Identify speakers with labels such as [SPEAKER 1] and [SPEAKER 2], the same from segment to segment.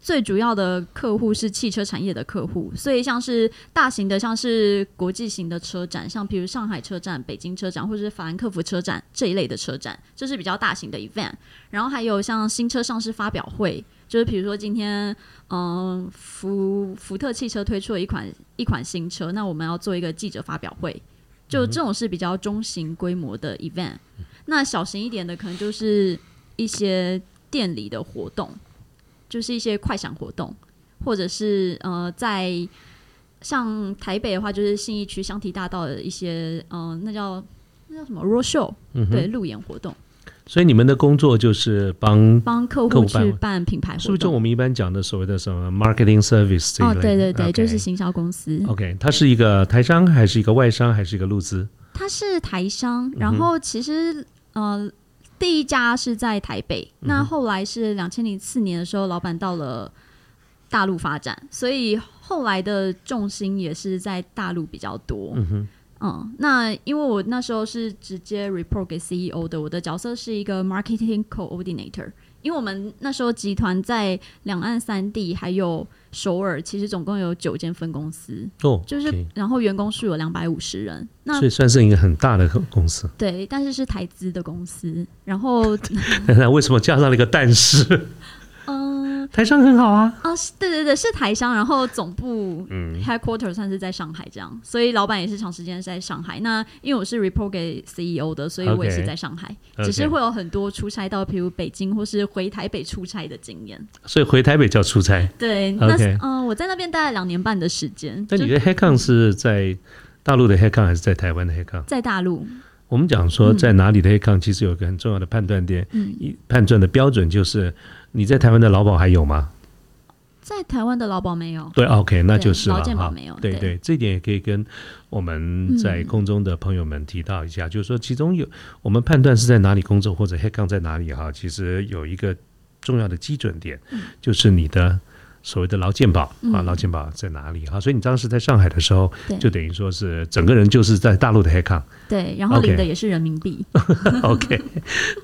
[SPEAKER 1] 最主要的客户是汽车产业的客户，所以像是大型的，像是国际型的车展，像比如上海车展、北京车展，或者是法兰克福车展这一类的车展，这是比较大型的 event。然后还有像新车上市发表会，就是比如说今天，嗯，福福特汽车推出了一款一款新车，那我们要做一个记者发表会，就这种是比较中型规模的 event。那小型一点的，可能就是一些店里的活动，就是一些快闪活动，或者是呃，在像台北的话，就是信义区香堤大道的一些呃，那叫那叫什么 road show，、
[SPEAKER 2] 嗯
[SPEAKER 1] 对，
[SPEAKER 2] 哼，
[SPEAKER 1] 路演活动，
[SPEAKER 2] 所以你们的工作就是帮，
[SPEAKER 1] 帮客
[SPEAKER 2] 客
[SPEAKER 1] 户
[SPEAKER 2] 户办
[SPEAKER 1] 去办品牌
[SPEAKER 2] 是不
[SPEAKER 1] 活
[SPEAKER 2] 是就我
[SPEAKER 1] 动。
[SPEAKER 2] 们一般讲的所谓的什么 marketing service 这一
[SPEAKER 1] 哦，
[SPEAKER 2] 类的？
[SPEAKER 1] 对对对
[SPEAKER 2] OK
[SPEAKER 1] 就是行销公司，
[SPEAKER 2] OK，它是一个台商，还是一个外商，还是一个路资？
[SPEAKER 1] 它是台
[SPEAKER 2] 嗯
[SPEAKER 1] 商，然后其实、呃，第一家是在台北，
[SPEAKER 2] 嗯
[SPEAKER 1] 那后来是两千零四年的时候，老板到了大陆发展，所以后来的重心也是在大陆比较多。
[SPEAKER 2] 嗯哼，
[SPEAKER 1] 嗯，那因为我那时候是直接 report 给 CEO 的，我的角色是一个 marketing coordinator。因为我们那时候集团在两岸三地还有首尔，其实总共有九间分公司，
[SPEAKER 2] 哦，
[SPEAKER 1] 就是、
[SPEAKER 2] OK
[SPEAKER 1] 然后员工数有两百五十人。那
[SPEAKER 2] 所以算是一个很大的公司。
[SPEAKER 1] 对，但是是台资的公司。然后
[SPEAKER 2] 那为什么加上了一个但是？
[SPEAKER 1] 嗯
[SPEAKER 2] 台商很好啊。
[SPEAKER 1] 啊，是对对对，是台商，然后总部
[SPEAKER 2] 嗯
[SPEAKER 1] headquarter 算是在上海这样，所以老板也是长时间在上海。那因为我是 report 给 CEO 的，所以我
[SPEAKER 2] OK
[SPEAKER 1] 也是在上海
[SPEAKER 2] OK
[SPEAKER 1] 只是会有很多出差到，譬如北京或是回台北出差的经验。
[SPEAKER 2] 所以回台北叫出差。
[SPEAKER 1] 对那
[SPEAKER 2] OK
[SPEAKER 1] 嗯、我在那边待了两年半的时间，
[SPEAKER 2] 那
[SPEAKER 1] 就
[SPEAKER 2] 你的 Hackon 是在大陆的 Hackon 还是在台湾的 Hackon？
[SPEAKER 1] 在大陆，
[SPEAKER 2] 我们讲说在哪里的 Hackon，其实有个很重要的判断点，
[SPEAKER 1] 嗯，
[SPEAKER 2] 一判断的标准就是你在台湾的劳保还有吗？
[SPEAKER 1] 在台湾的劳保没有，
[SPEAKER 2] 对，OK，那啊就是
[SPEAKER 1] 劳
[SPEAKER 2] 了
[SPEAKER 1] 健保
[SPEAKER 2] 哈
[SPEAKER 1] 没有
[SPEAKER 2] 对
[SPEAKER 1] 对
[SPEAKER 2] 对，这点也可以跟我们在
[SPEAKER 1] 嗯
[SPEAKER 2] 空中的朋友们提到一下，就是说其中有我们判断是在哪里工作或者 Hackon 在哪里哈，其实有一个重要的基准点，就是你的。所谓的劳健保啊，
[SPEAKER 1] 嗯
[SPEAKER 2] 劳健保在哪里哈？所以你当时在上海的时候，
[SPEAKER 1] 对
[SPEAKER 2] 就等于说是整个人就是在大陆的 Hackon，
[SPEAKER 1] 对，然后
[SPEAKER 2] OK
[SPEAKER 1] 领的也是人民币。
[SPEAKER 2] OK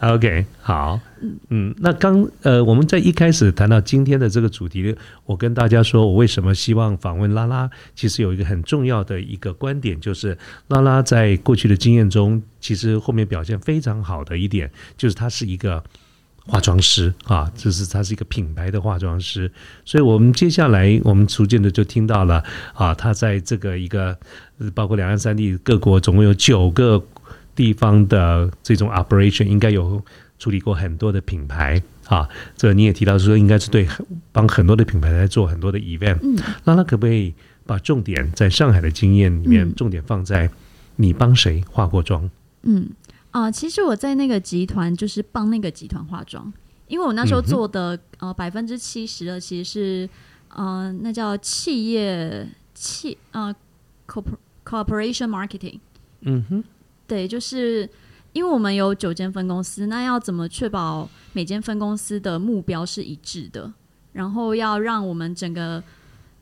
[SPEAKER 2] OK，好，嗯，那刚呃，我们在一开始谈到今天的这个主题，我跟大家说，我为什么希望访问拉拉，其实有一个很重要的一个观点，就是拉拉在过去的经验中，其实后面表现非常好的一点，就是她是一个。化妆师啊，就是她是一个品牌的化妆师，所以我们接下来我们逐渐的就听到了啊，她在这个一个呃包括两岸三地各国总共有九个地方的这种 operation 应该有处理过很多的品牌啊。这你也提到说，应该是对很帮很多的品牌在做很多的 event。
[SPEAKER 1] 嗯，
[SPEAKER 2] 那他可不可以把重点在上海的经验里面，
[SPEAKER 1] 嗯
[SPEAKER 2] 重点放在你帮谁化过妆？
[SPEAKER 1] 嗯啊、其实我在那个集团就是帮那个集团化妆，因为我那时候
[SPEAKER 2] 嗯哼
[SPEAKER 1] 做的、呃百分之七十的其实是呃那叫企业企呃 corpor corporation marketing，
[SPEAKER 2] 嗯哼，
[SPEAKER 1] 对，就是因为我们有九间分公司，那要怎么确保每间分公司的目标是一致的？然后要让我们整个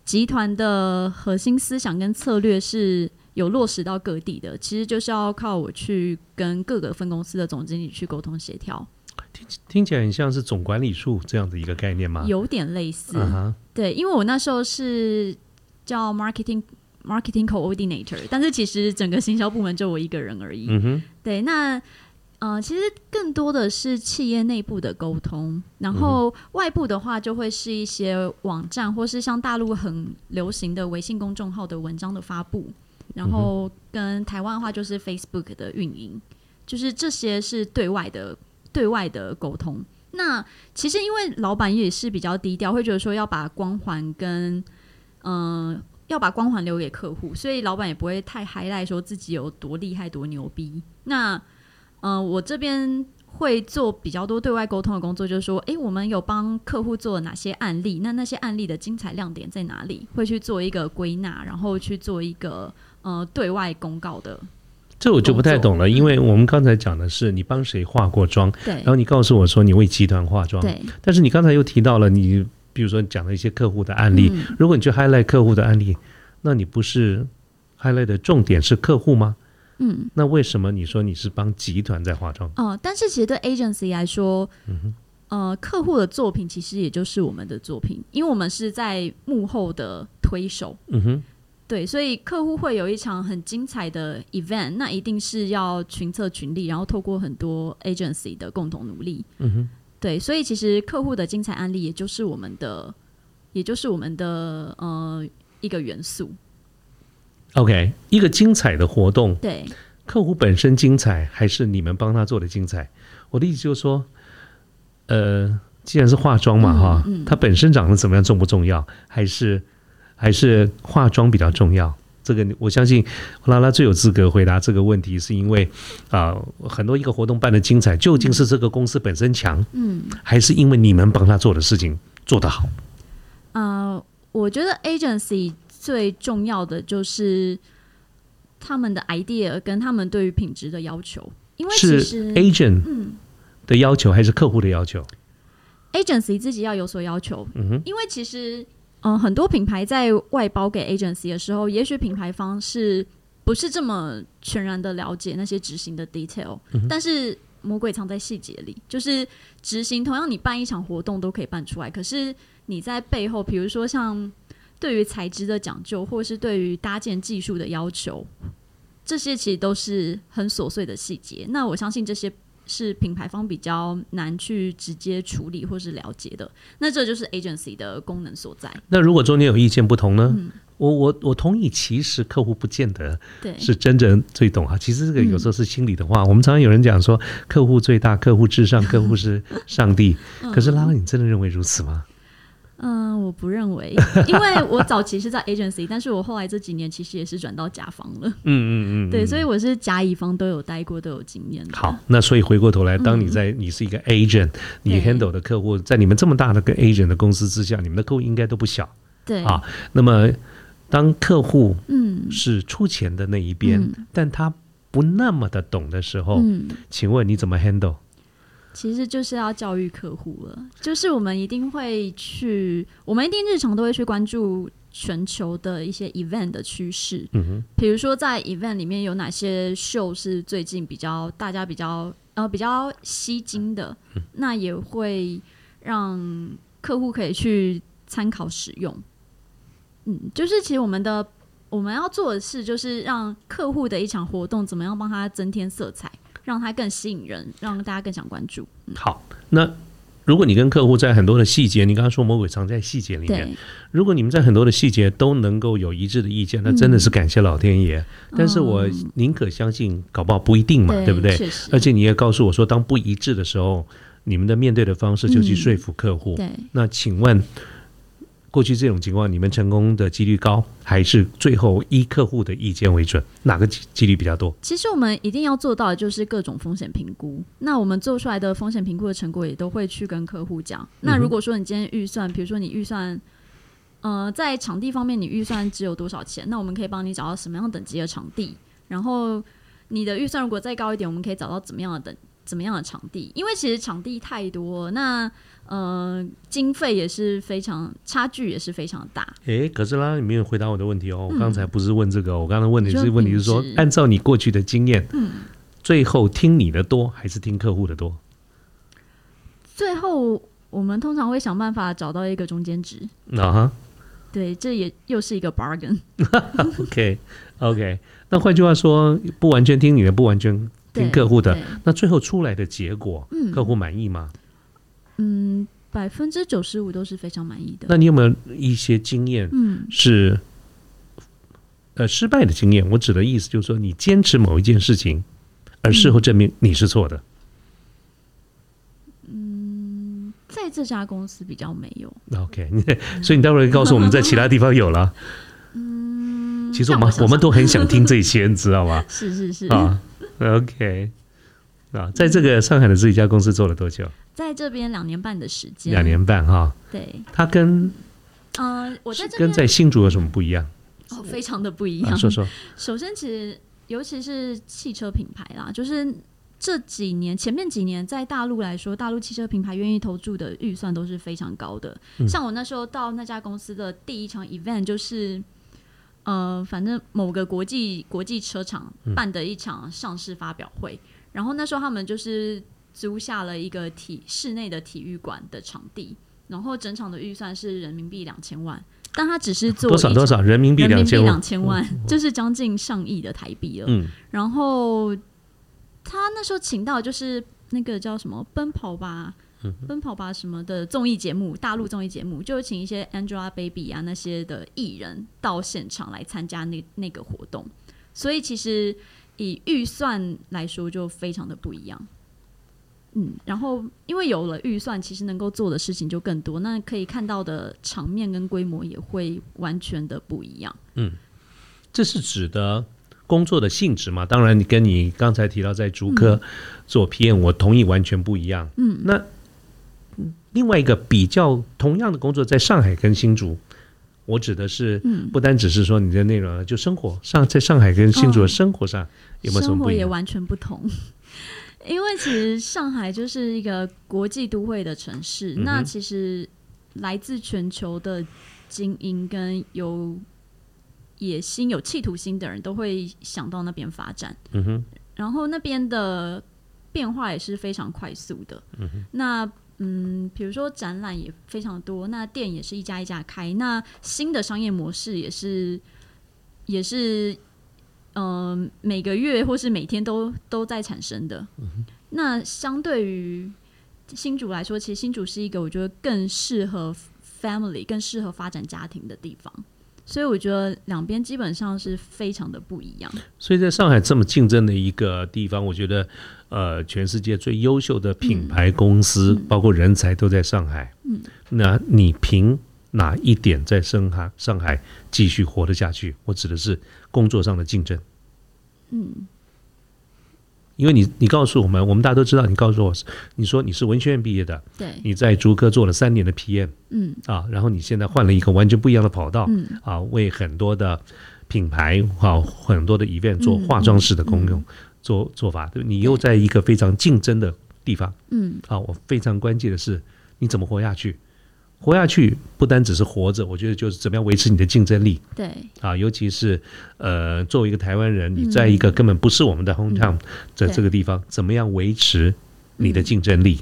[SPEAKER 1] 集团的核心思想跟策略是有落实到各地的，其实就是要靠我去跟各个分公司的总经理去沟通协调，
[SPEAKER 2] 听起来很像是总管理术这样的一个概念吗？
[SPEAKER 1] 有点类似。
[SPEAKER 2] 啊嗯哼，
[SPEAKER 1] 对，因为我那时候是叫 marketing marketing coordinator，但是其实整个行销部门就我一个人而已。
[SPEAKER 2] 嗯哼，
[SPEAKER 1] 对，那呃，其实更多的是企业内部的沟通，然后外部的话就会是一些网站，或是像大陆很流行的微信公众号的文章的发布，然后跟台湾的话就是 Facebook 的运营，就是这些是对外的对外的沟通。那其实因为老板也是比较低调，会觉得说要把光环跟嗯、呃要把光环留给客户，所以老板也不会太 highlight 说自己有多厉害、多牛逼。那嗯、呃我这边会做比较多对外沟通的工作，就是说，诶，我们有帮客户做了哪些案例？那那些案例的精彩亮点在哪里？会去做一个归纳，然后去做一个呃对外公告的
[SPEAKER 2] 这我就不太懂了，因为我们刚才讲的是你帮谁化过妆，
[SPEAKER 1] 对
[SPEAKER 2] 然后你告诉我说你为集团化妆，
[SPEAKER 1] 对，
[SPEAKER 2] 但是你刚才又提到了你，比如说讲了一些客户的案例，
[SPEAKER 1] 嗯
[SPEAKER 2] 如果你去 highlight 客户的案例，那你不是 highlight 的重点是客户吗？
[SPEAKER 1] 嗯。
[SPEAKER 2] 那为什么你说你是帮集团在化妆？
[SPEAKER 1] 哦、但是其实对 agency 来说，
[SPEAKER 2] 嗯
[SPEAKER 1] 呃，客户的作品其实也就是我们的作品，因为我们是在幕后的推手，
[SPEAKER 2] 嗯哼，
[SPEAKER 1] 对，所以客户会有一场很精彩的 event，那一定是要群策群力，然后透过很多 agency 的共同努力，
[SPEAKER 2] 嗯哼，
[SPEAKER 1] 对，所以其实客户的精彩案例也就是我们的，也就是我们的呃一个元素，
[SPEAKER 2] OK，一个精彩的活动，
[SPEAKER 1] 对，
[SPEAKER 2] 客户本身精彩，还是你们帮他做的精彩？我的意思就是说，呃，既然是化妆嘛，
[SPEAKER 1] 嗯
[SPEAKER 2] 哈、
[SPEAKER 1] 嗯
[SPEAKER 2] 它本身长得怎么样重不重要？还是还是化妆比较重要？这个我相信拉拉最有资格回答这个问题，是因为啊、很多一个活动办的精彩，究竟是这个公司本身强，
[SPEAKER 1] 嗯。
[SPEAKER 2] 还是因为你们帮他做的事情做得好？
[SPEAKER 1] 呃，我觉得 agency 最重要的就是他们的 idea 跟他们对于品质的要求，因为其
[SPEAKER 2] 是
[SPEAKER 1] 实嗯
[SPEAKER 2] agent 的要求还是客户的要求？
[SPEAKER 1] agency 自己要有所要求，
[SPEAKER 2] 嗯哼，
[SPEAKER 1] 因为其实嗯、呃很多品牌在外包给 agency 的时候，也许品牌方是不是这么全然的了解那些执行的 detail，、但
[SPEAKER 2] 嗯
[SPEAKER 1] 是魔鬼藏在细节里，就是执行同样你办一场活动都可以办出来，可是你在背后，比如说像对于材质的讲究，或是对于搭建技术的要求。这些其实都是很琐碎的细节，那我相信这些是品牌方比较难去直接处理或是了解的。那这就是 agency 的功能所在。
[SPEAKER 2] 那如果中间有意见不同呢？我我我同意，其实客户不见得
[SPEAKER 1] 嗯对，嗯
[SPEAKER 2] 是真正最懂啊。其实这个有时候是心里的话。我们常常有人讲说，客户最大，客户至 上，客户是上帝。可是拉拉，你真的认为如此吗？
[SPEAKER 1] 嗯、我不 认为，因为我早期是在 agency，但是我后来这几年其实也是转到甲方了。
[SPEAKER 2] 嗯嗯嗯，
[SPEAKER 1] 对，所以我是甲乙方都有待过，都有经验的。
[SPEAKER 2] 好，，那所以回过头来，当你在你是一个 agent，你
[SPEAKER 1] 嗯对
[SPEAKER 2] handle 的客户，在你们这么大的个 agent 的公司之下，你们的客户应该都不小
[SPEAKER 1] 对，
[SPEAKER 2] 啊。那么，当客户
[SPEAKER 1] 嗯
[SPEAKER 2] 是出钱的那一边，
[SPEAKER 1] 嗯
[SPEAKER 2] 但他不那么的懂的时候，
[SPEAKER 1] 嗯，
[SPEAKER 2] 请问你怎么 handle？
[SPEAKER 1] 其实就是要教育客户了，就是我们一定会去，我们一定日常都会去关注全球的一些 event 的趋势。
[SPEAKER 2] 嗯哼。
[SPEAKER 1] 比如说在 event 里面有哪些秀是最近比较大家比较呃比较吸睛的，
[SPEAKER 2] 嗯
[SPEAKER 1] 那也会让客户可以去参考使用。嗯，就是其实我们的我们要做的事就是让客户的一场活动怎么样帮他增添色彩，让他更吸引人，让大家更想关注。
[SPEAKER 2] 好，那如果你跟客户在很多的细节，你刚刚说魔鬼藏在细节里面，
[SPEAKER 1] 对，
[SPEAKER 2] 如果你们在很多的细节都能够有一致的意见，那真的是感谢老天爷。但是我宁可相信，搞不好不一定嘛，对不对？
[SPEAKER 1] 确实，
[SPEAKER 2] 而且你也告诉我说，当不一致的时候，你们的面对的方式就去说服客户。
[SPEAKER 1] 对。
[SPEAKER 2] 那请问，过去这种情况，你们成功的几率高，还是最后依客户的意见为准？哪个几几率比较多？
[SPEAKER 1] 其实我们一定要做到的就是各种风险评估。那我们做出来的风险评估的成果也都会去跟客户讲。那
[SPEAKER 2] 嗯
[SPEAKER 1] 如果说你今天预算，比如说你预算，呃，在场地方面你预算只有多少钱，那我们可以帮你找到什么样等级的场地。然后你的预算如果再高一点，我们可以找到怎么样的等怎么样的场地，因为其实场地太多了，那呃经费也是非常差距也是非常大。
[SPEAKER 2] 诶，可是啦，你没有回答我的问题哦。我刚才不是问这个哦，我刚才问的
[SPEAKER 1] 你
[SPEAKER 2] 是
[SPEAKER 1] 说
[SPEAKER 2] 问题是说
[SPEAKER 1] 品，质
[SPEAKER 2] 按照你过去的经验，最后听你的多还是听客户的多？
[SPEAKER 1] 最后我们通常会想办法找到一个中间值。
[SPEAKER 2] 啊哈
[SPEAKER 1] 对，这也又是一个 bargain。
[SPEAKER 2] ，OK OK。那换句话说，不完全听你的，不完全听
[SPEAKER 1] 对
[SPEAKER 2] 客户的，
[SPEAKER 1] 对，
[SPEAKER 2] 那最后出来的结果，客户满意吗？
[SPEAKER 1] 嗯，百分之九十五都是非常满意的。
[SPEAKER 2] 那你有没有一些经验
[SPEAKER 1] 嗯，
[SPEAKER 2] 是？呃，失败的经验，我指的意思就是说，你坚持某一件事情，而事后证明你是错的。
[SPEAKER 1] 在这家公司比较没有。
[SPEAKER 2] OK，你 所以你待会儿告诉我们在其他地方有了。嗯，其实我们我们都很想听这些，你知道 吗？
[SPEAKER 1] 是是是，
[SPEAKER 2] 啊，OK，啊，在这个上海的这一家公司做了多久？
[SPEAKER 1] 在这边两年半的时间，
[SPEAKER 2] 两年半哈。
[SPEAKER 1] 对，
[SPEAKER 2] 它跟
[SPEAKER 1] 嗯、我在这
[SPEAKER 2] 跟
[SPEAKER 1] 边
[SPEAKER 2] 在新竹有什么不一样？啊
[SPEAKER 1] 哦，非常的不一样。
[SPEAKER 2] 啊，说说。
[SPEAKER 1] 首先，其实尤其是汽车品牌啦，就是这几年前面几年在大陆来说，大陆汽车品牌愿意投注的预算都是非常高的。
[SPEAKER 2] 嗯
[SPEAKER 1] 像我那时候到那家公司的第一场 event 就是。呃，反正某个国际国际车厂办的一场上市发表会，然后那时候他们就是租下了一个体室内的体育馆的场地，然后整场的预算是人民币两千万，但他只是做
[SPEAKER 2] 多少
[SPEAKER 1] 一
[SPEAKER 2] 多少人民币
[SPEAKER 1] 人
[SPEAKER 2] 两
[SPEAKER 1] 民币
[SPEAKER 2] 千万
[SPEAKER 1] 两，千万，就是将近上亿的台币了。
[SPEAKER 2] 嗯，
[SPEAKER 1] 然后他那时候请到就是那个叫什么《奔跑吧》。
[SPEAKER 2] 嗯
[SPEAKER 1] 奔跑吧什么的综艺节目，大陆综艺节目就请一些 Angelababy 啊那些的艺人到现场来参加那那个活动，所以其实以预算来说就非常的不一样。嗯，然后因为有了预算，其实能够做的事情就更多，那可以看到的场面跟规模也会完全的不一样。
[SPEAKER 2] 这是指的工作的性质嘛？当然，你跟你刚才提到在竹科
[SPEAKER 1] 嗯
[SPEAKER 2] 做 PM，、我同意完全不一样。嗯，那嗯另外一个比较同样的工作，在上海跟新竹，我指的是
[SPEAKER 1] 嗯
[SPEAKER 2] 不单只是说你的内容，就生活上在上海跟新竹的生活上有没有什
[SPEAKER 1] 嗯生
[SPEAKER 2] 么
[SPEAKER 1] 活
[SPEAKER 2] 不一
[SPEAKER 1] 也
[SPEAKER 2] 样？
[SPEAKER 1] 完全不同。 因为其实上海就是一个国际都会的城市，
[SPEAKER 2] 嗯哼
[SPEAKER 1] 那其实来自全球的精英跟有野心、有企图心的人都会想到那边发展。
[SPEAKER 2] 嗯哼，
[SPEAKER 1] 然后那边的变化也是非常快速的。那嗯，比如说展览也非常多，那店也是一家一家开，那新的商业模式也是也是嗯、呃每个月或是每天都都在产生的。那相对于新竹来说，其实新竹是一个我觉得更适合 family、更适合发展家庭的地方。所以我觉得两边基本上是非常的不一样。
[SPEAKER 2] 所以在上海这么竞争的一个地方，我觉得，呃，全世界最优秀的品牌公司，包括人才都在上海。嗯，那你凭哪一点在上海上海继续活得下去？我指的是工作上的竞争。嗯，因为你你告诉我们，我们大家都知道，你告诉我，你说你是文学院毕业的，
[SPEAKER 1] 对，
[SPEAKER 2] 你在竹科做了三年的 PM
[SPEAKER 1] 嗯
[SPEAKER 2] 啊，然后你现在换了一个完全不一样的跑道。
[SPEAKER 1] 嗯。
[SPEAKER 2] 啊，为很多的品牌啊，很多的 event 做
[SPEAKER 1] 嗯
[SPEAKER 2] 化妆师的功用、做做法，对不对你又在一个非常竞争的地方
[SPEAKER 1] 嗯
[SPEAKER 2] 啊，我非常关键的是你怎么活下去。活下去不单只是活着，我觉得就是怎么样维持你的竞争力，
[SPEAKER 1] 对
[SPEAKER 2] 啊，尤其是呃，作为一个台湾人，你在一
[SPEAKER 1] 嗯
[SPEAKER 2] 个根本不是我们的 hometown 的这个地方，怎么样维持你
[SPEAKER 1] 嗯
[SPEAKER 2] 的竞争力？，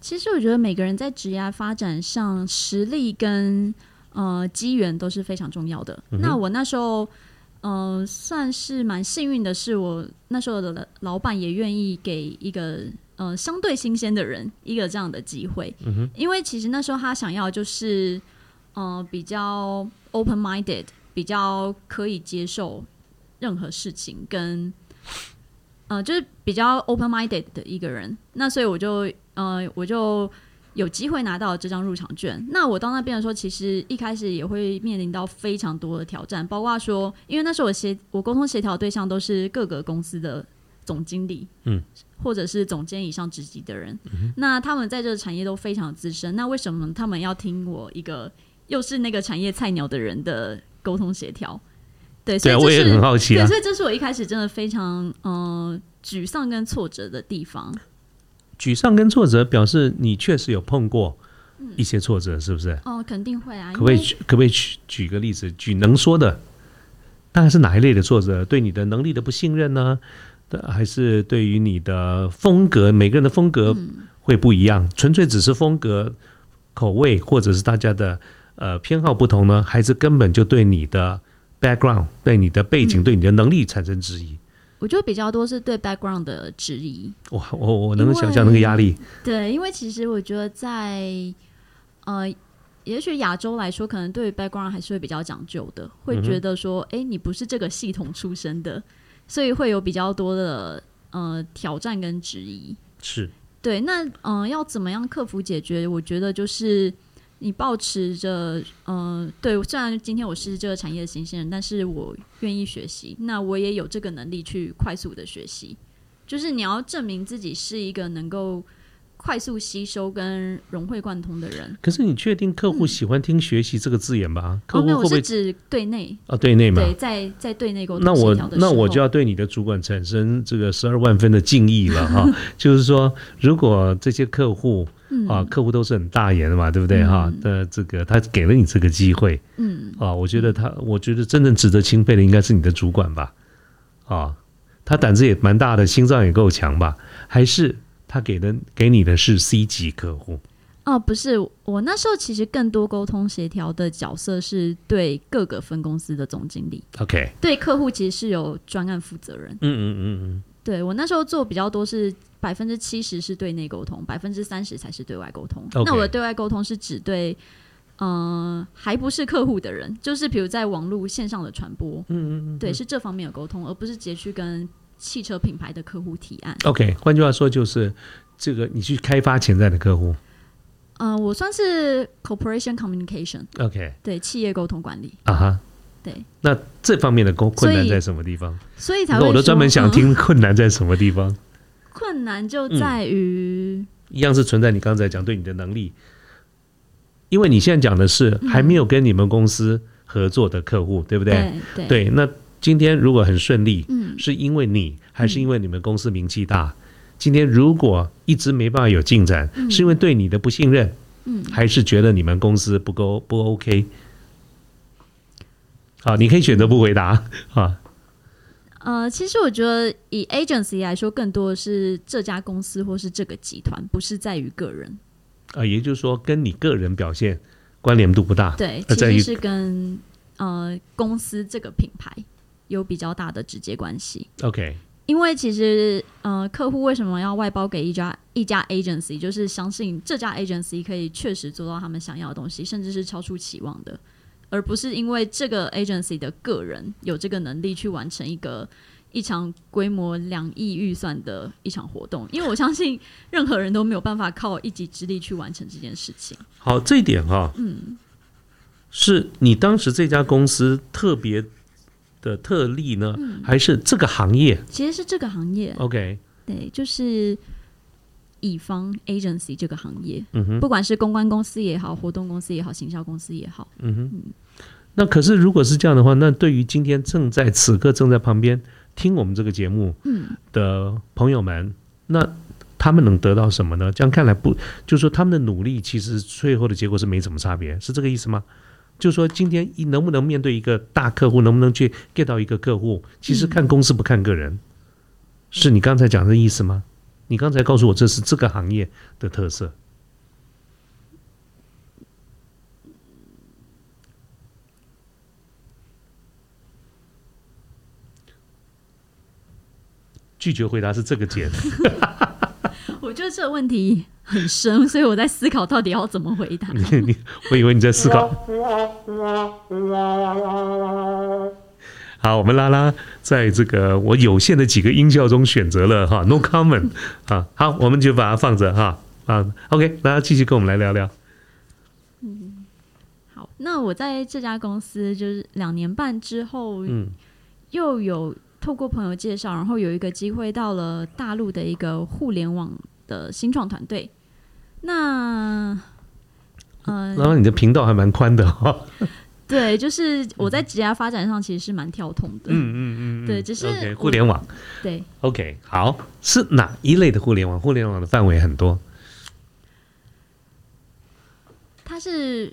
[SPEAKER 1] 其实我觉得每个人在职业发展上，实力跟呃机缘都是非常重要的。那我那时候。呃，算是蛮幸运的是，我那时候的老板也愿意给一个呃相对新鲜的人一个这样的机会，因为其实那时候他想要就是呃比较 open minded，比较可以接受任何事情跟呃，就是比较 open minded 的一个人。那所以我就呃，我就有机会拿到这张入场券。那我到那边的时候，其实一开始也会面临到非常多的挑战，包括说，因为那时候我协我沟通协调对象都是各个公司的总经理，
[SPEAKER 2] 嗯。
[SPEAKER 1] 或者是总监以上职级的人，那他们在这个产业都非常资深。那为什么他们要听我一个又是那个产业菜鸟的人的沟通协调？对，所
[SPEAKER 2] 对
[SPEAKER 1] 以
[SPEAKER 2] 啊，
[SPEAKER 1] 这
[SPEAKER 2] 我也
[SPEAKER 1] 是
[SPEAKER 2] 很好奇
[SPEAKER 1] 对，
[SPEAKER 2] 啊。
[SPEAKER 1] 所以这是我一开始真的非常呃沮丧跟挫折的地方。
[SPEAKER 2] 沮丧跟挫折表示你确实有碰过
[SPEAKER 1] 嗯
[SPEAKER 2] 一些挫折，是不是？
[SPEAKER 1] 哦，肯定会啊，
[SPEAKER 2] 可不可以
[SPEAKER 1] 因为
[SPEAKER 2] 举可不可以举举个例子？举能说的，大概是哪一类的作者对你的能力的不信任呢？对还是对于你的风格，每个人的风格
[SPEAKER 1] 嗯
[SPEAKER 2] 会不一样，纯粹只是风格、口味或者是大家的呃偏好不同呢？还是根本就对你的 background、对你的背
[SPEAKER 1] 嗯
[SPEAKER 2] 景、对你的能力产生质疑？
[SPEAKER 1] 我觉得比较多是对 background 的质疑。
[SPEAKER 2] 哇，我我能够
[SPEAKER 1] 因为
[SPEAKER 2] 想象那个压力，
[SPEAKER 1] 对，因为其实我觉得在呃，也许亚洲来说，可能对于 background 还是会比较讲究的，会
[SPEAKER 2] 嗯
[SPEAKER 1] 觉得说，哎、你不是这个系统出身的，所以会有比较多的呃挑战跟质疑。
[SPEAKER 2] 是
[SPEAKER 1] 对，那嗯、呃要怎么样克服解决？我觉得就是你保持着嗯、呃对，虽然今天我是这个产业的新鲜人，但是我愿意学习，那我也有这个能力去快速的学习。就是你要证明自己是一个能够快速吸收跟融会贯通的人。
[SPEAKER 2] 可是你确定客户喜欢听“学习”这个字眼吧？客
[SPEAKER 1] 嗯哦，
[SPEAKER 2] 户
[SPEAKER 1] 没有，
[SPEAKER 2] 会
[SPEAKER 1] 我
[SPEAKER 2] 不会
[SPEAKER 1] 是指对内，
[SPEAKER 2] 啊？对内嘛，
[SPEAKER 1] 对，在在对内沟通
[SPEAKER 2] 那我
[SPEAKER 1] 协调的时
[SPEAKER 2] 那
[SPEAKER 1] 候
[SPEAKER 2] 我就要对你的主管产生这个十二万分的敬意了 哈、就是说，如果这些客户
[SPEAKER 1] 嗯
[SPEAKER 2] 啊，客户都是很大爷的嘛，对不对哈？那、这个他给了你这个机会
[SPEAKER 1] 嗯，
[SPEAKER 2] 啊，我觉得他，我觉得真正值得钦佩的应该是你的主管吧？啊，他胆子也蛮大的，心脏也够强吧？还是他给的给你的是 C 级客户？
[SPEAKER 1] 哦，不是，我那时候其实更多沟通协调的角色是对各个分公司的总经理，
[SPEAKER 2] OK，
[SPEAKER 1] 对客户其实是有专案负责人。
[SPEAKER 2] 嗯嗯嗯嗯，
[SPEAKER 1] 对我那时候做比较多是百分之七十是对内沟通，百分之三十才是对外沟通。
[SPEAKER 2] OK
[SPEAKER 1] 那我的对外沟通是指对，嗯、还不是客户的人，就是比如在网络线上的传播，嗯嗯嗯对，是这方面的沟通，而不是直接去跟汽车品牌的客户提案。
[SPEAKER 2] OK，换句话说就是。这个你去开发潜在的客户
[SPEAKER 1] 嗯、我算是 corporation communication，
[SPEAKER 2] ，OK
[SPEAKER 1] 对企业沟通管理，
[SPEAKER 2] 啊哈，
[SPEAKER 1] 对，
[SPEAKER 2] 那这方面的困
[SPEAKER 1] 所
[SPEAKER 2] 困
[SPEAKER 1] 以
[SPEAKER 2] 难在什么地方？
[SPEAKER 1] 所以才
[SPEAKER 2] 那
[SPEAKER 1] 会
[SPEAKER 2] 我都专门
[SPEAKER 1] 说
[SPEAKER 2] 想、
[SPEAKER 1] 嗯
[SPEAKER 2] 听困难在什么地方，
[SPEAKER 1] 困难就
[SPEAKER 2] 嗯
[SPEAKER 1] 在于。
[SPEAKER 2] 一样是存在你刚才讲对你的能力，因为你现在讲的是还没有跟你们公司合作的客户，对不对？
[SPEAKER 1] 对
[SPEAKER 2] 对，那今天如果很顺利，
[SPEAKER 1] 嗯
[SPEAKER 2] 是因为你还是因为你们公司名气大？今天如果一直没办法有进展，是因为对你的不信任，
[SPEAKER 1] 嗯，
[SPEAKER 2] 还是觉得你们公司不够不 OK？好，你可以选择不回答啊。
[SPEAKER 1] 呃，其实我觉得以 agency 来说，更多的是这家公司或是这个集团，不是在于个人。
[SPEAKER 2] 啊，也就是说跟你个人表现关联度不大。
[SPEAKER 1] 对，
[SPEAKER 2] 那
[SPEAKER 1] 其
[SPEAKER 2] 呃在于
[SPEAKER 1] 实是跟呃公司这个品牌有比较大的直接关系。
[SPEAKER 2] OK，
[SPEAKER 1] 因为其实呃，客户为什么要外包给一家一家 agency，就是相信这家 agency 可以确实做到他们想要的东西，甚至是超出期望的，而不是因为这个 agency 的个人有这个能力去完成一个一场规模两亿预算的一场活动。因为我相信任何人都没有办法靠一己之力去完成这件事情。
[SPEAKER 2] 好，这一点哈、嗯，是你当时这家公司特别的特例呢，还是这个行业
[SPEAKER 1] 其实是这个行业，
[SPEAKER 2] ？OK，
[SPEAKER 1] 对，就是乙方 agency 这个行业，
[SPEAKER 2] 嗯哼，
[SPEAKER 1] 不管是公关公司也好，活动公司也好，行销公司也好。
[SPEAKER 2] 嗯哼。那可是如果是这样的话，那对于今天正在此刻正在旁边听我们这个节目的朋友们，那他们能得到什么呢？这样看来不，就是说他们的努力其实最后的结果是没什么差别，是这个意思吗？就是说今天一能不能面对一个大客户，能不能去 get 到一个客户，其实看公司不看个人，是你刚才讲的意思吗？你刚才告诉我这是这个行业的特色，拒绝回答是这个解。
[SPEAKER 1] 我觉得这个问题很深，所以我在思考到底要怎么 回答。
[SPEAKER 2] 你你，我以为你在思考。好，我们拉拉在这个我有限的几个音效中选择了哈，no comment 啊，好，我们就把它放着哈啊，OK，拉拉继续跟我们来聊聊。
[SPEAKER 1] 好，那我在这家公司就是两年半之后，
[SPEAKER 2] 嗯
[SPEAKER 1] 又有透过朋友介绍，然后有一个机会到了大陆的一个互联网的新创团队。那，嗯、
[SPEAKER 2] 拉拉，你的频道还蛮宽的哈、
[SPEAKER 1] 对，就是我在职业发展上其实是蛮跳通的，
[SPEAKER 2] 嗯嗯嗯嗯嗯，
[SPEAKER 1] 对只是
[SPEAKER 2] OK
[SPEAKER 1] 我
[SPEAKER 2] 互联网
[SPEAKER 1] 对，
[SPEAKER 2] OK 好是哪一类的互联网？互联网的范围很多。
[SPEAKER 1] 它是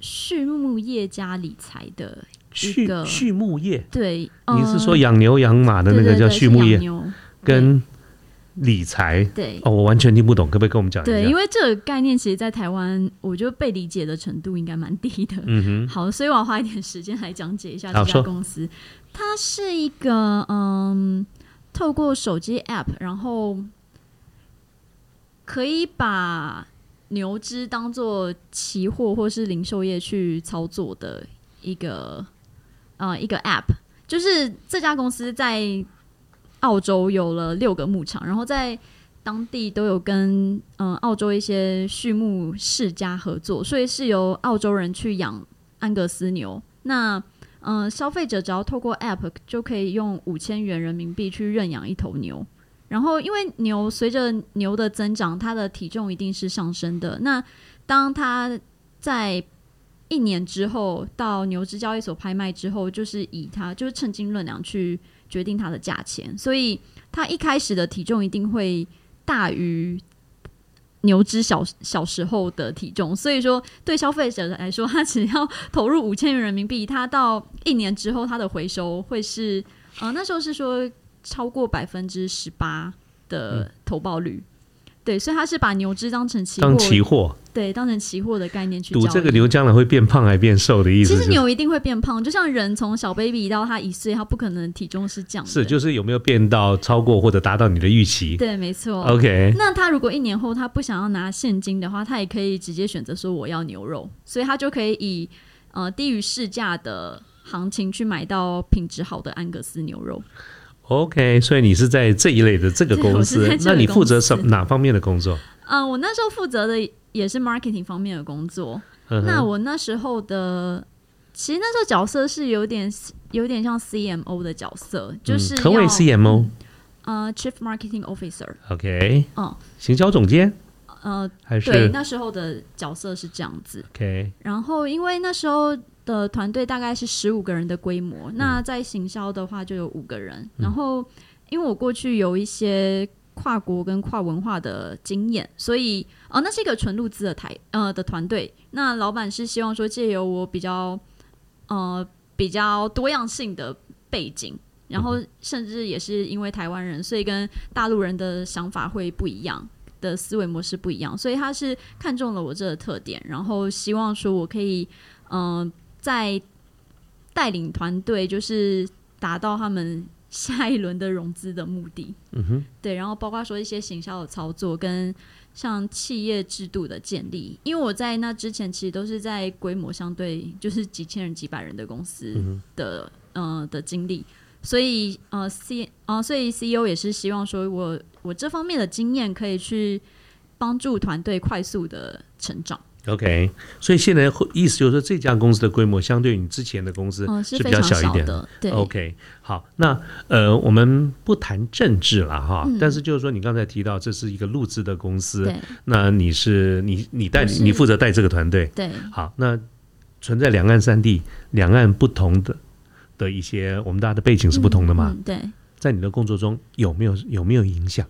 [SPEAKER 1] 畜牧业加理财的，一
[SPEAKER 2] 畜
[SPEAKER 1] 个
[SPEAKER 2] 畜牧业，
[SPEAKER 1] 对，
[SPEAKER 2] 你是说
[SPEAKER 1] 呃
[SPEAKER 2] 养牛养马的那
[SPEAKER 1] 对
[SPEAKER 2] 个
[SPEAKER 1] 对
[SPEAKER 2] 叫
[SPEAKER 1] 对
[SPEAKER 2] 畜
[SPEAKER 1] 是
[SPEAKER 2] 牧
[SPEAKER 1] 养
[SPEAKER 2] 业，
[SPEAKER 1] 牛
[SPEAKER 2] 跟理财
[SPEAKER 1] 对。
[SPEAKER 2] 哦，我完全听不懂，可不可以跟我们讲一下？
[SPEAKER 1] 对，因为这个概念其实，在台湾，我觉得被理解的程度应该蛮低的。
[SPEAKER 2] 嗯哼，
[SPEAKER 1] 好，所以我要花一点时间来讲解一下
[SPEAKER 2] 好
[SPEAKER 1] 这
[SPEAKER 2] 说
[SPEAKER 1] 家公司。它是一个嗯，透过手机 App，然后可以把牛只当做期货或是零售业去操作的一个呃一个 App。就是这家公司在澳洲有了六个牧场，然后在当地都有跟嗯、呃澳洲一些畜牧世家合作，所以是由澳洲人去养安格斯牛。那嗯、呃消费者只要透过 App 就可以用五千元人民币去认养一头牛。然后，因为牛随着牛的增长，它的体重一定是上升的。那当它在一年之后到牛只交易所拍卖之后，就是以它就是称斤论两去决定它的价钱，所以它一开始的体重一定会大于牛只小小时候的体重。所以说，对消费者来说，他只要投入五千元人民币，它到一年之后，它的回收会是呃那时候是说超过百分之十八的投报率。对，所以他是把牛只当成期货
[SPEAKER 2] 当期货，
[SPEAKER 1] 对，当成期货的概念去交易。
[SPEAKER 2] 赌这个牛将来会变胖还变瘦的意思
[SPEAKER 1] 其
[SPEAKER 2] 是
[SPEAKER 1] 实
[SPEAKER 2] 什么。
[SPEAKER 1] 牛一定会变胖，就像人从小 baby 到他一岁，他不可能体重是降的。
[SPEAKER 2] 是就是有没有变到超过或者达到你的预期
[SPEAKER 1] 对，没错。
[SPEAKER 2] ？OK，
[SPEAKER 1] 那他如果一年后他不想要拿现金的话，他也可以直接选择说我要牛肉，所以他就可以以呃低于市价的行情去买到品质好的安格斯牛肉。
[SPEAKER 2] OK，所以你是在这一类的这个
[SPEAKER 1] 对我
[SPEAKER 2] 公
[SPEAKER 1] 是
[SPEAKER 2] 司
[SPEAKER 1] 在，这
[SPEAKER 2] 那
[SPEAKER 1] 个
[SPEAKER 2] 你负责
[SPEAKER 1] 公司
[SPEAKER 2] 什么哪方面的工作？
[SPEAKER 1] 嗯、我那时候负责的也是 marketing 方面的工作。
[SPEAKER 2] 嗯哼
[SPEAKER 1] 那我那时候的，其实那时候角色是有点有点像 CMO 的角色，就是
[SPEAKER 2] 嗯
[SPEAKER 1] 要、
[SPEAKER 2] 何谓 CMO？
[SPEAKER 1] 呃 Chief Marketing Officer。
[SPEAKER 2] OK，
[SPEAKER 1] 哦，
[SPEAKER 2] 行销总监
[SPEAKER 1] 呃，
[SPEAKER 2] 还
[SPEAKER 1] 对，
[SPEAKER 2] 是
[SPEAKER 1] 那时候的角色是这样子。
[SPEAKER 2] OK？
[SPEAKER 1] 然后因为那时候的团队大概是十五个人的规模，那在行销的话就有五个人。然后因为我过去有一些跨国跟跨文化的经验，所以呃，那是一个纯入资的台呃的团队。那老板是希望说借由我比较呃比较多样性的背景。然后，甚至也是因为台湾人，所以跟大陆人的想法会不一样。的思维模式不一样，所以他是看中了我这个特点，然后希望说我可以，嗯、在带领团队，就是达到他们下一轮的融资的目的。
[SPEAKER 2] 嗯哼，
[SPEAKER 1] 对，然后包括说一些行销的操作跟像企业制度的建立，因为我在那之前其实都是在规模相对就是几千人、几百人的公司
[SPEAKER 2] 嗯
[SPEAKER 1] 的、呃的经历，所以呃 C 呃所以 CEO 也是希望说我我这方面的经验可以去帮助团队快速的成长，
[SPEAKER 2] OK，所以现在会意思就是说，这家公司的规模相对于你之前的公司
[SPEAKER 1] 嗯、
[SPEAKER 2] 是比
[SPEAKER 1] 非
[SPEAKER 2] 较
[SPEAKER 1] 常
[SPEAKER 2] 小一
[SPEAKER 1] 小
[SPEAKER 2] 点。
[SPEAKER 1] 的，对
[SPEAKER 2] OK，好，那呃，我们不谈政治了哈，
[SPEAKER 1] 嗯
[SPEAKER 2] 但是就是说，你刚才提到这是一个入资的公司，
[SPEAKER 1] 对
[SPEAKER 2] 那你是你你带
[SPEAKER 1] 我是
[SPEAKER 2] 你负责带这个团队，
[SPEAKER 1] 对。
[SPEAKER 2] 好，那存在两岸三地，两岸不同的的一些我们大家的背景是不同的嘛，
[SPEAKER 1] 嗯嗯对，
[SPEAKER 2] 在你的工作中有没有有没有影响？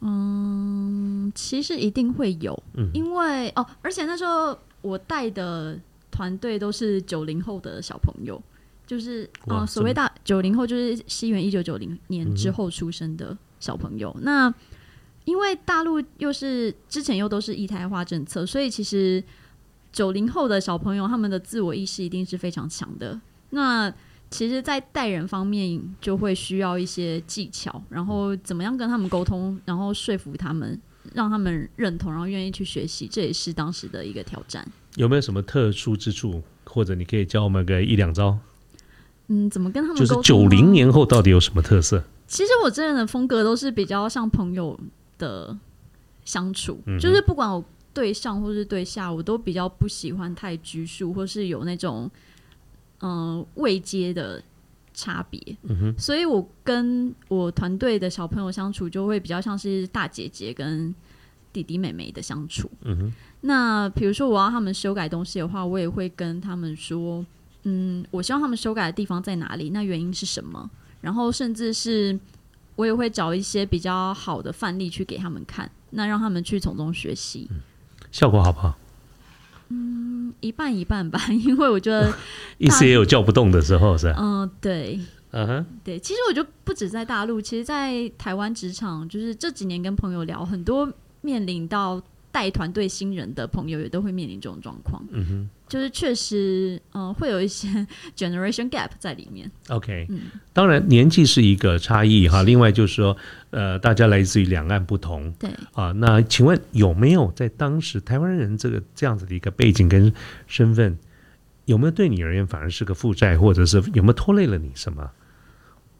[SPEAKER 1] 嗯，其实一定会有，
[SPEAKER 2] 嗯
[SPEAKER 1] 因为哦，而且那时候我带的团队都是九零后的小朋友，就是
[SPEAKER 2] 哇
[SPEAKER 1] 呃，所谓大九零后就是西元一九九零年之后出生的小朋
[SPEAKER 2] 嗯
[SPEAKER 1] 友。那因为大陆又是之前又都是一胎化政策，所以其实九零后的小朋友他们的自我意识一定是非常强的。那其实，在待人方面就会需要一些技巧，然后怎么样跟他们沟通，然后说服他们，让他们认同，然后愿意去学习，这也是当时的一个挑战。
[SPEAKER 2] 有没有什么特殊之处，或者你可以教我们个一两招？
[SPEAKER 1] 嗯，怎么跟他们
[SPEAKER 2] 就
[SPEAKER 1] 沟
[SPEAKER 2] 是
[SPEAKER 1] 通？
[SPEAKER 2] 九零，年后到底有什么特色？
[SPEAKER 1] 其实我这人的风格都是比较像朋友的相处，
[SPEAKER 2] 嗯哼
[SPEAKER 1] 就是不管我对上或是对下，我都比较不喜欢太拘束，或是有那种嗯、呃、未接的差别。
[SPEAKER 2] 嗯哼，
[SPEAKER 1] 所以我跟我团队的小朋友相处，就会比较像是大姐姐跟弟弟妹妹的相处。
[SPEAKER 2] 嗯哼，
[SPEAKER 1] 那比如说我要他们修改东西的话，我也会跟他们说，嗯，我希望他们修改的地方在哪里，那原因是什么，然后甚至是我也会找一些比较好的范例去给他们看，那让他们去从中学习，
[SPEAKER 2] 嗯效果好不好？
[SPEAKER 1] 一半一半吧，因为我 觉得，
[SPEAKER 2] 意思也有叫不动的时候，是吧？
[SPEAKER 1] 嗯、对。
[SPEAKER 2] 嗯哼，
[SPEAKER 1] 对，其实我就不止在大陆，其实，在台湾职场，就是这几年跟朋友聊，很多面临到带团队新人的朋友也都会面临这种状况，
[SPEAKER 2] 嗯哼。
[SPEAKER 1] 就是确实，嗯、会有一些 generation gap 在里面。
[SPEAKER 2] OK，、
[SPEAKER 1] 嗯
[SPEAKER 2] 当然年纪是一个差异哈，另外就是说，呃，大家来自于两岸不同
[SPEAKER 1] 对，
[SPEAKER 2] 啊。那请问有没有在当时台湾人这个这样子的一个背景跟身份，有没有对你而言反而是个负债，或者是有没有拖累了你什么？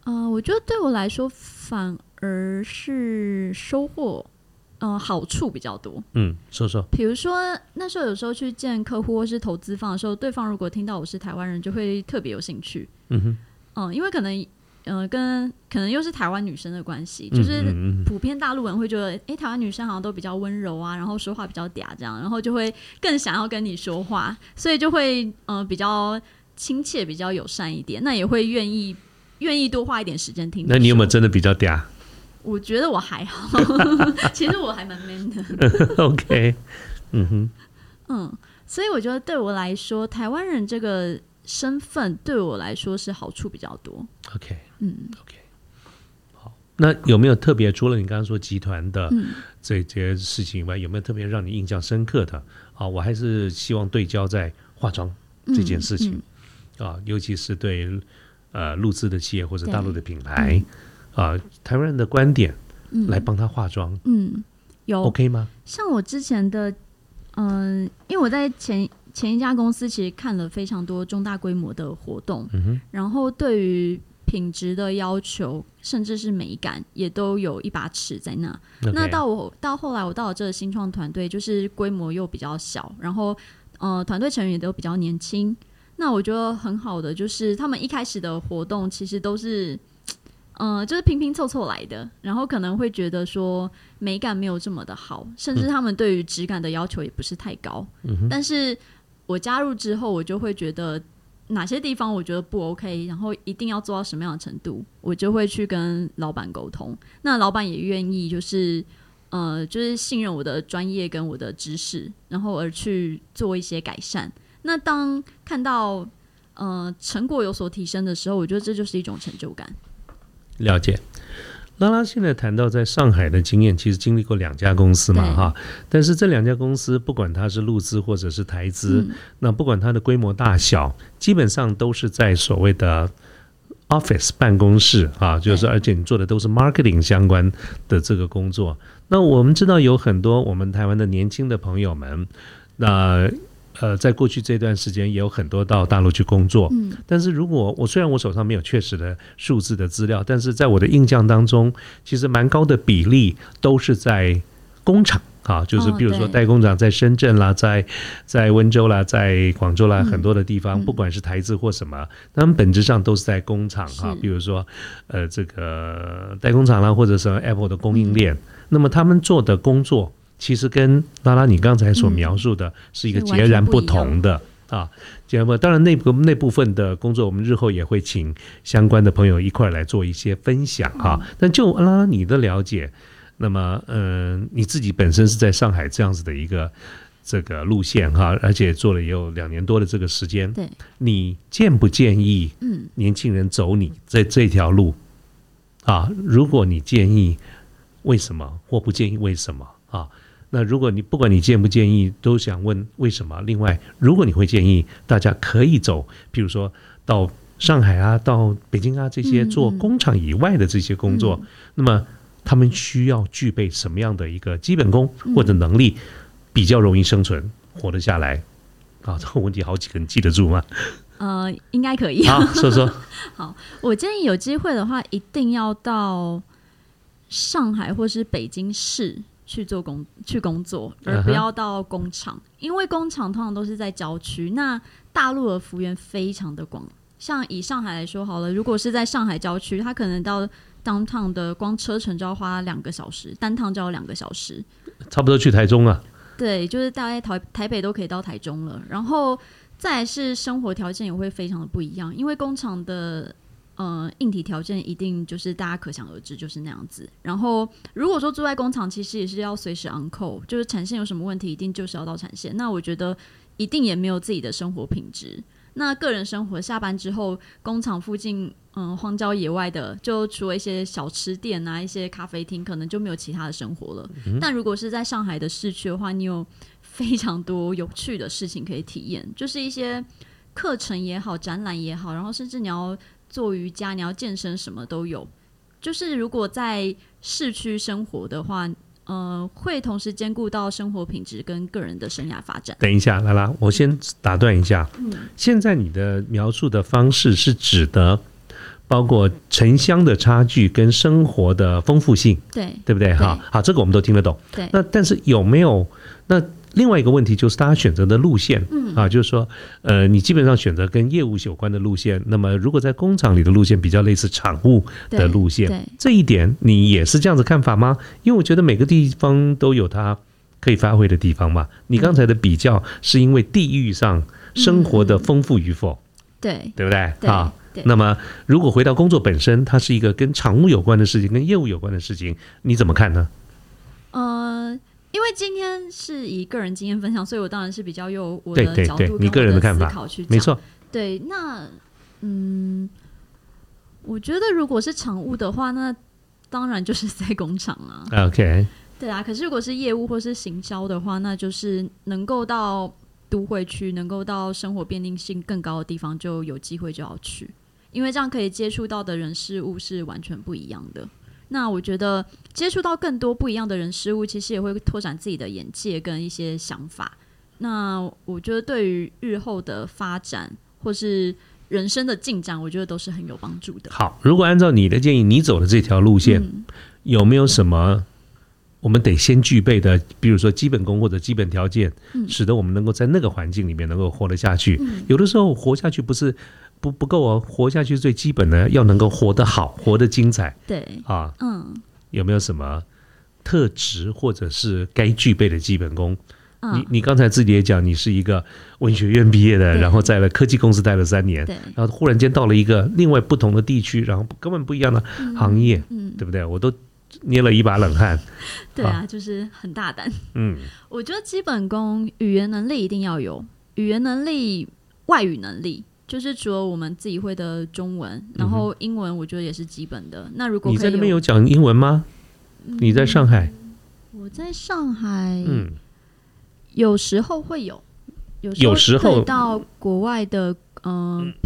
[SPEAKER 1] 呃，我觉得对我来说，反而是收获，呃，好处比较多。
[SPEAKER 2] 嗯，说说。
[SPEAKER 1] 比如说那时候有时候去见客户或是投资方的时候，对方如果听到我是台湾人，就会特别有兴趣。
[SPEAKER 2] 嗯哼，
[SPEAKER 1] 嗯，因为可能呃，跟可能又是台湾女生的关系，
[SPEAKER 2] 嗯
[SPEAKER 1] 就是
[SPEAKER 2] 嗯嗯
[SPEAKER 1] 普遍大陆人会觉得，诶，哎台湾女生好像都比较温柔啊，然后说话比较嗲这样，然后就会更想要跟你说话，所以就会呃比较亲切、比较友善一点，那也会愿意愿意多花一点时间听说。
[SPEAKER 2] 那你有没有真的比较嗲
[SPEAKER 1] 我觉得我还好， 其实我还蛮 man 的。
[SPEAKER 2] ？OK，嗯 哼，
[SPEAKER 1] 嗯，所以我觉得对我来说，台湾人这个身份对我来说是好处比较多。
[SPEAKER 2] OK，嗯，OK，好。那有没有特别除了你刚刚说集团的
[SPEAKER 1] 嗯
[SPEAKER 2] 这这些事情以外，有没有特别让你印象深刻的？啊，我还是希望对焦在化妆
[SPEAKER 1] 嗯
[SPEAKER 2] 这件事情、啊，尤其是对呃录制的企业或者
[SPEAKER 1] 对
[SPEAKER 2] 大陆的品牌啊，台湾人的观点来帮他化妆、
[SPEAKER 1] 嗯，有
[SPEAKER 2] OK 吗？
[SPEAKER 1] 像我之前的，嗯、因为我在前前一家公司其实看了非常多中大规模的活动，
[SPEAKER 2] 嗯
[SPEAKER 1] 然后对于品质的要求，甚至是美感，也都有一把尺在那。那
[SPEAKER 2] OK
[SPEAKER 1] 到我到后来，我到了这个新创团队，就是规模又比较小，然后呃，团队成员也都比较年轻。那我觉得很好的就是，他们一开始的活动其实都是，呃，就是拼拼凑凑来的，然后可能会觉得说美感没有这么的好，甚至他们对于质感的要求也不是太高。但是我加入之后，我就会觉得哪些地方我觉得不 OK，然后一定要做到什么样的程度，我就会去跟老板沟通。那老板也愿意就是呃，就是信任我的专业跟我的知识，然后而去做一些改善。那当看到呃成果有所提升的时候，我觉得这就是一种成就感。
[SPEAKER 2] 了解。拉拉现在谈到在上海的经验，其实经历过两家公司嘛，
[SPEAKER 1] 对
[SPEAKER 2] 哈，但是这两家公司不管它是陆资或者是台资，
[SPEAKER 1] 嗯
[SPEAKER 2] 那不管它的规模大小，基本上都是在所谓的 office 办公室啊，就是
[SPEAKER 1] 对
[SPEAKER 2] 而且你做的都是 marketing 相关的这个工作。那我们知道有很多我们台湾的年轻的朋友们，那呃，在过去这段时间也有很多到大陆去工作，
[SPEAKER 1] 嗯，
[SPEAKER 2] 但是如果我虽然我手上没有确实的数字的资料，但是在我的印象当中，其实蛮高的比例都是在工厂啊，就是
[SPEAKER 1] 哦
[SPEAKER 2] 比如说
[SPEAKER 1] 对
[SPEAKER 2] 代工厂在深圳啦，在在温州啦，在广州啦，
[SPEAKER 1] 嗯
[SPEAKER 2] 很多的地方，
[SPEAKER 1] 嗯
[SPEAKER 2] 不管是台资或什么，他们本质上都是在工厂啊
[SPEAKER 1] 是，
[SPEAKER 2] 比如说呃这个代工厂啦，或者什么 Apple 的供应
[SPEAKER 1] 嗯
[SPEAKER 2] 链，那么他们做的工作。其实跟拉拉你刚才所
[SPEAKER 1] 嗯
[SPEAKER 2] 描述的是一个
[SPEAKER 1] 是完
[SPEAKER 2] 截
[SPEAKER 1] 全
[SPEAKER 2] 然
[SPEAKER 1] 不
[SPEAKER 2] 不
[SPEAKER 1] 一样
[SPEAKER 2] 同的啊，节目，当然那部那部分的工作，我们日后也会请相关的朋友一块儿来做一些分享哈、
[SPEAKER 1] 嗯
[SPEAKER 2] 但就拉拉你的了解，那么嗯、呃你自己本身是在上海这样子的一个这个路线哈、而且做了也有两年多的这个时间，
[SPEAKER 1] 对，
[SPEAKER 2] 你建不建议
[SPEAKER 1] 嗯，
[SPEAKER 2] 年轻人走你这这条路啊？如果你建议，为什么或不建议为什么啊？那如果你不管你建不建议，都想问为什么。另外，如果你会建议大家可以走，比如说到上海啊、到北京啊这些
[SPEAKER 1] 嗯
[SPEAKER 2] 做
[SPEAKER 1] 嗯
[SPEAKER 2] 工厂以外的这些工作，那么他们需要具备什么样的一个基本功
[SPEAKER 1] 嗯
[SPEAKER 2] 或者能力，比较容易生存、活得下来？啊，这个问题好几个，你记得 住吗？
[SPEAKER 1] 呃，应该可以。
[SPEAKER 2] 好，说说。
[SPEAKER 1] 我建议有机会的话，一定要到上海或是北京市去做工去工作，而
[SPEAKER 2] 嗯
[SPEAKER 1] 不
[SPEAKER 2] 哼
[SPEAKER 1] 要到工厂，因为工厂通常都是在郊区。那大陆的幅员非常的广，像以上海来说好了，如果是在上海郊区，它可能到 downtown 的光车程就要花两个小时，单趟就要两个小时。
[SPEAKER 2] 差不多去台中啊。
[SPEAKER 1] 对，就是大概台台北都可以到台中了，然后再来是生活条件也会非常的不一样，因为工厂的呃硬体条件一定就是大家可想而知就是那样子。然后如果说住在工厂，其实也是要随时 on call，就是产线有什么问题，一定就是要到产线。那我觉得一定也没有自己的生活品质。那个人生活下班之后，工厂附近嗯荒郊野外的，就除了一些小吃店啊、一些咖啡厅，可能就没有其他的生活了。但如果是在上海的市区的话，你有非常多有趣的事情可以体验，就是一些课程也好、展览也好，然后甚至你要做瑜伽、你要健身，什么都有。就是如果在市区生活的话，呃，会同时兼顾到生活品质跟个人的生涯发展。
[SPEAKER 2] 等一下，拉拉，我先打断一下。现在你的描述的方式是指的包括城乡的差距跟生活的丰富性，
[SPEAKER 1] 对，
[SPEAKER 2] 对不对？
[SPEAKER 1] 对
[SPEAKER 2] 哈，好，这个我们都听得懂。
[SPEAKER 1] 对
[SPEAKER 2] 那但是有没有那另外一个问题就是大家选择的路线，嗯啊，就是说，呃，你基本上选择跟业务有关的路线。那么，如果在工厂里的路线比较类似厂务的路线，
[SPEAKER 1] 对，
[SPEAKER 2] 这一点你也是这样子看法吗？因为我觉得每个地方都有它可以发挥的地方嘛。你刚才的比较是因为地域上生活的丰富与否，
[SPEAKER 1] 对，
[SPEAKER 2] 对不对
[SPEAKER 1] 对
[SPEAKER 2] 啊？，
[SPEAKER 1] 对，
[SPEAKER 2] 那么，如果回到工作本身，它是一个跟厂务有关的事情，跟业务有关的事情，你怎么看呢？
[SPEAKER 1] 呃，因为今天是以个人经验分享，所以我当然是比较有我
[SPEAKER 2] 对对
[SPEAKER 1] 的角
[SPEAKER 2] 对
[SPEAKER 1] 度
[SPEAKER 2] 你
[SPEAKER 1] 跟
[SPEAKER 2] 个人
[SPEAKER 1] 我
[SPEAKER 2] 的
[SPEAKER 1] 的
[SPEAKER 2] 看法
[SPEAKER 1] 思考去讲。
[SPEAKER 2] 没错，
[SPEAKER 1] 对，那嗯，我觉得如果是厂务的话，那当然就是在工厂啊。
[SPEAKER 2] OK，
[SPEAKER 1] 对啊，可是如果是业务或是行销的话，那就是能够到都会区，能够到生活便利性更高的地方，就有机会就要去，因为这样可以接触到的人事物是完全不一样的。那我觉得接触到更多不一样的人事物，其实也会拓展自己的眼界跟一些想法。那我觉得对于日后的发展或是人生的进展，我觉得都是很有帮助的。
[SPEAKER 2] 好。如果按照你的建议，你走的这条路线，
[SPEAKER 1] 嗯
[SPEAKER 2] 有没有什么我们得先具备的，比如说基本功或者基本条件，使得我们能够在那个环境里面能够活得下去？
[SPEAKER 1] 嗯
[SPEAKER 2] 有的时候活下去不是不不够哦，活下去是最基本的，要能够活得好，活得精彩
[SPEAKER 1] 对，
[SPEAKER 2] 啊。
[SPEAKER 1] 嗯
[SPEAKER 2] 有没有什么特质或者是该具备的基本功？
[SPEAKER 1] 嗯
[SPEAKER 2] 你，你刚才自己也讲，你是一个文学院毕业的，
[SPEAKER 1] 对
[SPEAKER 2] 然后在了科技公司待了三年，
[SPEAKER 1] 对，
[SPEAKER 2] 然后忽然间到了一个另外不同的地区，然后根本不一样的行业，
[SPEAKER 1] 嗯，
[SPEAKER 2] 对不对？我都捏了一把冷汗。
[SPEAKER 1] 对啊，就是很大胆。
[SPEAKER 2] 嗯，
[SPEAKER 1] 我觉得基本功、语言能力一定要有，语言能力、外语能力，就是除了我们自己会的中文，然后英文我觉得也是基本的。那如
[SPEAKER 2] 嗯
[SPEAKER 1] 果
[SPEAKER 2] 你
[SPEAKER 1] 可
[SPEAKER 2] 在
[SPEAKER 1] 以嗯
[SPEAKER 2] 那边有讲英文吗？你在上海？
[SPEAKER 1] 我在上海，
[SPEAKER 2] 嗯，
[SPEAKER 1] 有时候会有，有
[SPEAKER 2] 有时候
[SPEAKER 1] 对到国外的，嗯、比如